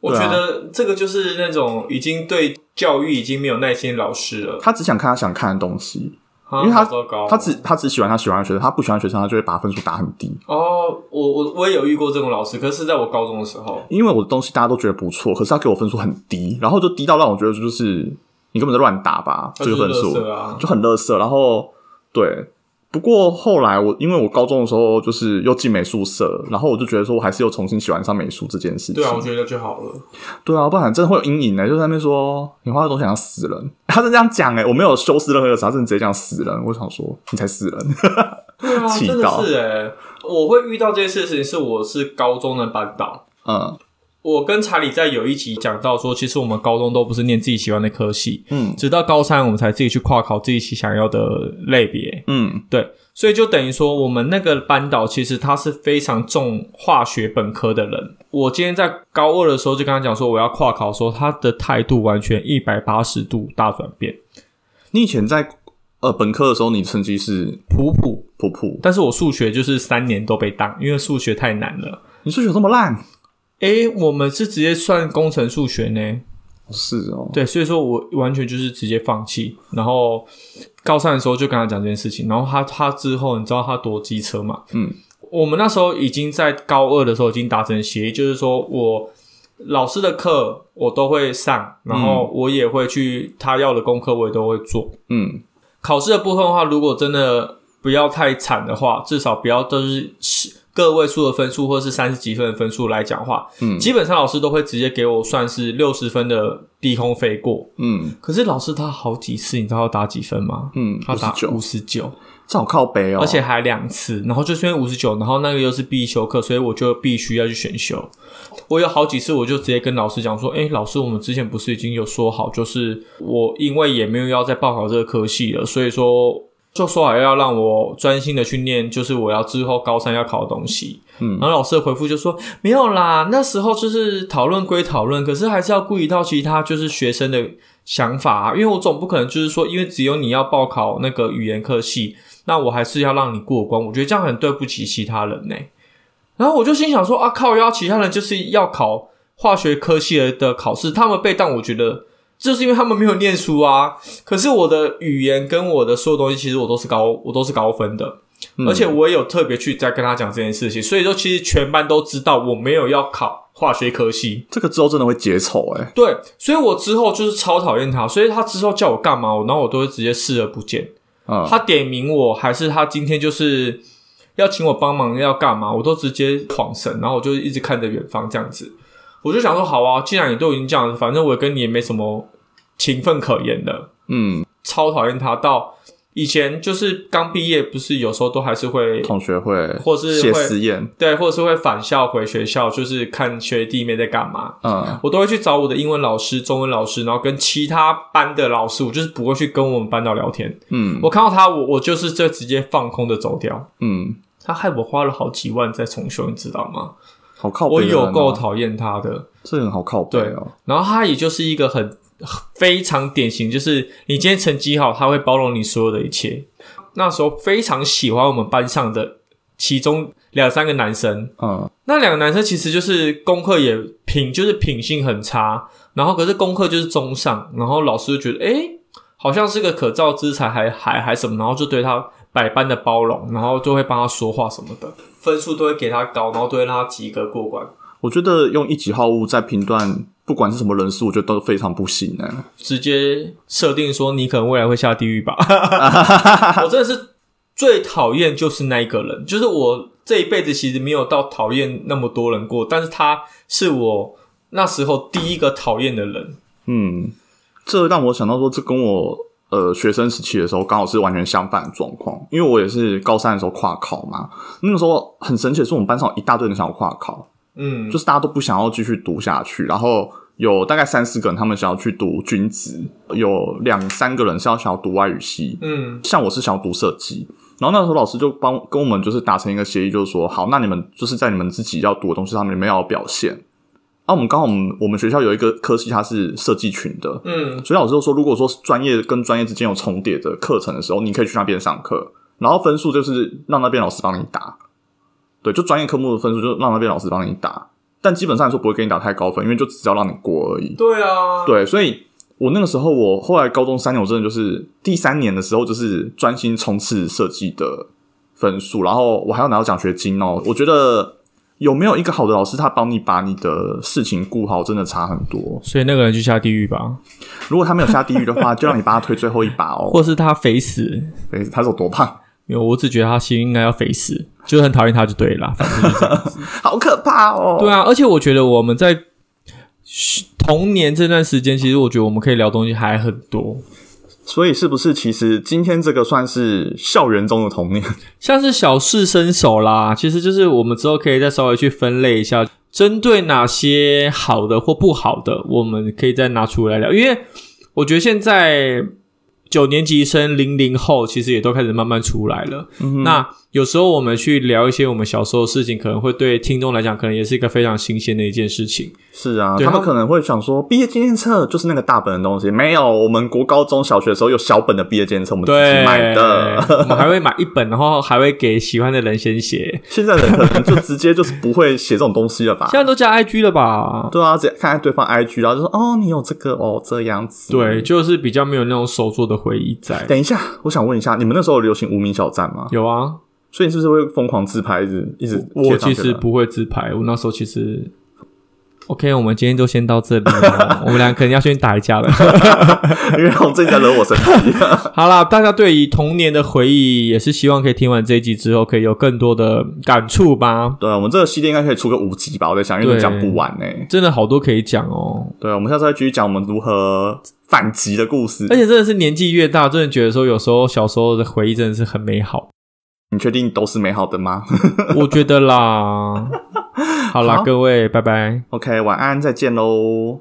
[SPEAKER 1] 我
[SPEAKER 2] 对啊
[SPEAKER 1] 觉得这个就是那种已经对教育已经没有耐心的老师了，
[SPEAKER 2] 他只想看他想看的东西，
[SPEAKER 1] 啊
[SPEAKER 2] 因为他
[SPEAKER 1] 好糟糕哦，
[SPEAKER 2] 他只他只喜欢他喜欢的学生，他不喜欢的学生，他就会把分数打很低。
[SPEAKER 1] 哦，我我我也有遇过这种老师，可是是在我高中的时候，
[SPEAKER 2] 因为我的东西大家都觉得不错，可是他给我分数很低，然后就低到让我觉得就是你根本就乱打吧，
[SPEAKER 1] 他
[SPEAKER 2] 这个
[SPEAKER 1] 就是
[SPEAKER 2] 分数。
[SPEAKER 1] 垃圾啊，
[SPEAKER 2] 就很乐色。然后对，不过后来我因为我高中的时候就是又进美术社，然后我就觉得说我还是又重新喜欢上美术这件事情。
[SPEAKER 1] 对啊，我觉得就好了。
[SPEAKER 2] 对啊不然真的会有阴影呢、就在那边说你画的东西想死人，他真的这样讲哎、我没有修饰任何的啥，他真的直接这样死人。我想说你才死人， <laughs>
[SPEAKER 1] 对啊，
[SPEAKER 2] 气
[SPEAKER 1] 真的
[SPEAKER 2] 到
[SPEAKER 1] 是哎、我会遇到这件事情是我是高中的班导，
[SPEAKER 2] 嗯
[SPEAKER 1] 我跟查理在有一集讲到说，其实我们高中都不是念自己喜欢的科系，
[SPEAKER 2] 嗯
[SPEAKER 1] 直到高三我们才自己去跨考自己想要的类别。
[SPEAKER 2] 嗯
[SPEAKER 1] 对，所以就等于说，我们那个班导其实他是非常重化学本科的人。我今天在高二的时候就跟他讲说我要跨考的时候，他的态度完全一百八十度大转变，
[SPEAKER 2] 你以前在呃本科的时候，你成绩是
[SPEAKER 1] 普普。
[SPEAKER 2] 普普，
[SPEAKER 1] 但是我数学就是三年都被当，因为数学太难了。
[SPEAKER 2] 你数学这么烂？
[SPEAKER 1] 诶，我们是直接算工程数学呢，
[SPEAKER 2] 是哦，
[SPEAKER 1] 对，所以说我完全就是直接放弃。然后高三的时候就跟他讲这件事情，然后他他之后你知道他多机车嘛？
[SPEAKER 2] 嗯，
[SPEAKER 1] 我们那时候已经在高二的时候已经达成协议，就是说我老师的课我都会上，然后我也会去他要的功课我也都会做。
[SPEAKER 2] 嗯
[SPEAKER 1] 考试的部分的话，如果真的不要太惨的话，至少不要都是十个位数的分数或是三十几分的分数来讲的话，
[SPEAKER 2] 嗯
[SPEAKER 1] 基本上老师都会直接给我算是六十分的低空飞过。
[SPEAKER 2] 嗯
[SPEAKER 1] 可是老师他好几次，你知道他打几分吗？
[SPEAKER 2] 嗯，
[SPEAKER 1] 他
[SPEAKER 2] 五十
[SPEAKER 1] 打
[SPEAKER 2] 九
[SPEAKER 1] 五，十九，
[SPEAKER 2] 这好靠北哦，
[SPEAKER 1] 而且还两次，然后就是因为五十九，然后那个又是必修课，所以我就必须要去选修。我有好几次，我就直接跟老师讲说：“哎、老师，我们之前不是已经有说好，就是我因为也没有要再报考这个科系了，所以说就说好要让我专心的去念，就是我要之后高三要考的东西。”
[SPEAKER 2] 嗯
[SPEAKER 1] 然后老师的回复就说：“没有啦，那时候就是讨论归讨论，可是还是要顾及到其他就是学生的想法、啊，因为我总不可能就是说，因为只有你要报考那个语言科系，那我还是要让你过关，我觉得这样很对不起其他人呢、然后我就心想说啊靠腰，其他人就是要考化学科系的考试，他们被当我觉得就是因为他们没有念书啊。可是我的语言跟我的所有东西，其实我都是高我都是高分的，
[SPEAKER 2] 嗯
[SPEAKER 1] 而且我也有特别去在跟他讲这件事情，所以说其实全班都知道我没有要考化学科系，
[SPEAKER 2] 这个之后真的会结仇哎，
[SPEAKER 1] 对，所以我之后就是超讨厌他，所以他之后叫我干嘛，我然后我都会直接视而不见。
[SPEAKER 2] 嗯，
[SPEAKER 1] 他点名我，还是他今天就是要请我帮忙要干嘛，我都直接晃神，然后我就一直看着远方这样子。我就想说，好啊，既然你都已经这样，反正我跟你也没什么情分可言了。
[SPEAKER 2] 嗯，
[SPEAKER 1] 超讨厌他，到以前就是刚毕业，不是有时候都还是会
[SPEAKER 2] 同学会
[SPEAKER 1] 或是
[SPEAKER 2] 写
[SPEAKER 1] 会
[SPEAKER 2] 实验，
[SPEAKER 1] 对，或者是会返校回学校，就是看学弟妹在干嘛。
[SPEAKER 2] 嗯
[SPEAKER 1] 我都会去找我的英文老师、中文老师，然后跟其他班的老师，我就是不会去跟我们班导聊天。
[SPEAKER 2] 嗯
[SPEAKER 1] <laughs> 我看到他，我我就是就直接放空的走掉。
[SPEAKER 2] 嗯，
[SPEAKER 1] 他害我花了好几万在重修，你知道吗？
[SPEAKER 2] 好靠北
[SPEAKER 1] 我
[SPEAKER 2] 的人哦，
[SPEAKER 1] 有够讨厌他的。
[SPEAKER 2] 这人好靠北哦，
[SPEAKER 1] 然后他也就是一个很非常典型，就是你今天成绩好，他会包容你所有的一切。那时候非常喜欢我们班上的其中两三个男生，
[SPEAKER 2] 嗯
[SPEAKER 1] 那两个男生其实就是功课也品，就是品性很差，然后可是功课就是中上，然后老师就觉得，诶，好像是个可造之才还，还还什么，然后就对他百般的包容，然后就会帮他说话什么的，分数都会给他高，然后都会让他及格过关，
[SPEAKER 2] 我觉得用一级好物在评断，不管是什么人数，我觉得都非常不行哎、
[SPEAKER 1] 直接设定说你可能未来会下地狱 <laughs> 吧。我真的是最讨厌就是那一个人，就是我这一辈子其实没有到讨厌那么多人过，但是他是我那时候第一个讨厌的人。
[SPEAKER 2] 嗯，这让我想到说，这跟我呃学生时期的时候刚好是完全相反的状况，因为我也是高三的时候跨考嘛。那个时候很神奇的是，我们班上有一大堆人想要跨考，
[SPEAKER 1] 嗯，
[SPEAKER 2] 就是大家都不想要继续读下去，然后。有大概三四个人，他们想要去读军职；有两三个人是要想要读外语系，
[SPEAKER 1] 嗯
[SPEAKER 2] 像我是想要读设计，然后那时候老师就帮跟我们就是达成一个协议，就是说好，那你们就是在你们自己要读的东西上面你们要有表现。啊，我们刚好我们我们学校有一个科系，它是设计群的，
[SPEAKER 1] 嗯
[SPEAKER 2] 所以老师就说，如果说是专业跟专业之间有重叠的课程的时候，你可以去那边上课，然后分数就是让那边老师帮你打。对，就专业科目的分数就让那边老师帮你打，但基本上来说不会给你打太高分，因为就只要让你过而已，。
[SPEAKER 1] 对啊，
[SPEAKER 2] 对，所以我那个时候，我后来高中三年，我真的就是第三年的时候，就是专心冲刺设计的分数，然后我还要拿到奖学金哦。我觉得有没有一个好的老师，他帮你把你的事情顾好，真的差很多。
[SPEAKER 1] 所以那个人去下地狱吧，
[SPEAKER 2] 如果他没有下地狱的
[SPEAKER 1] <laughs>
[SPEAKER 2] 话，就让你帮他推最后一把哦。
[SPEAKER 1] 或是他肥死，
[SPEAKER 2] 诶他是有多胖？
[SPEAKER 1] 因为我只觉得他心应该要肥死，就是很讨厌他就对了啦。反正就是这样
[SPEAKER 2] 好可怕
[SPEAKER 1] <laughs>
[SPEAKER 2] 哦！
[SPEAKER 1] 对，啊，而且我觉得我们在童年这段时间，其实我觉得我们可以聊东西还很多。
[SPEAKER 2] 所以是不是其实今天这个算是校园中的童年？
[SPEAKER 1] 像是小试身手啦，其实就是我们之后可以再稍微去分类一下，针对哪些好的或不好的，我们可以再拿出来聊。因为我觉得现在九年级生、零零后其实也都开始慢慢出来了。
[SPEAKER 2] 嗯
[SPEAKER 1] 那有时候我们去聊一些我们小时候的事情，可能会对听众来讲，可能也是一个非常新鲜的一件事情。
[SPEAKER 2] 是啊，
[SPEAKER 1] 对
[SPEAKER 2] 他
[SPEAKER 1] 他
[SPEAKER 2] 们
[SPEAKER 1] 们
[SPEAKER 2] 可能会想说，毕业纪念册就是那个大本的东西，没有。我们国高中小学的时候有小本的毕业纪念册，我 <laughs> 们自
[SPEAKER 1] 对， <laughs>
[SPEAKER 2] 己买的。
[SPEAKER 1] 我们还会买一本，然后还会给喜欢的人先写。
[SPEAKER 2] <laughs> 现在人可能就直接就是不会写这种东西
[SPEAKER 1] <laughs>
[SPEAKER 2] 了吧
[SPEAKER 1] 现？在都加 IG 了吧？
[SPEAKER 2] 对啊，直接看看对方 IG，然后就说哦，你有这个哦，这样子。
[SPEAKER 1] 对，，就是比较没有那种手做的回忆在。
[SPEAKER 2] 等一下，我想问一下，你们那时候有流行无名小站吗？
[SPEAKER 1] 有啊，
[SPEAKER 2] 所以你是不是会疯狂自拍，一直一直贴
[SPEAKER 1] 我
[SPEAKER 2] 上
[SPEAKER 1] 其
[SPEAKER 2] 去
[SPEAKER 1] 实
[SPEAKER 2] 的
[SPEAKER 1] 不会自拍，我那时候其实。OK，我们今天就先到这里了，我们俩可能要先打一架了。
[SPEAKER 2] <laughs>
[SPEAKER 1] <laughs>
[SPEAKER 2] 因为我最近在惹我生气。
[SPEAKER 1] 好啦，大家对于童年的回忆，也是希望可以听完这一集之后，可以有更多的感触吧。
[SPEAKER 2] 对，我们这个系列应该可以出个五集吧，我在想，因为
[SPEAKER 1] 对
[SPEAKER 2] 讲不完呢、
[SPEAKER 1] 真的好多可以讲哦，
[SPEAKER 2] 对，我们下次再继续讲我们如何反击的故事
[SPEAKER 1] 而。且真的是年纪越大，真的觉得说有时候小时候的回忆真的是很美好。
[SPEAKER 2] 你确定都是美好的吗
[SPEAKER 1] 我觉得啦，好啦，
[SPEAKER 2] 好
[SPEAKER 1] 各位，拜拜。
[SPEAKER 2] ？OK，晚安，再见喽。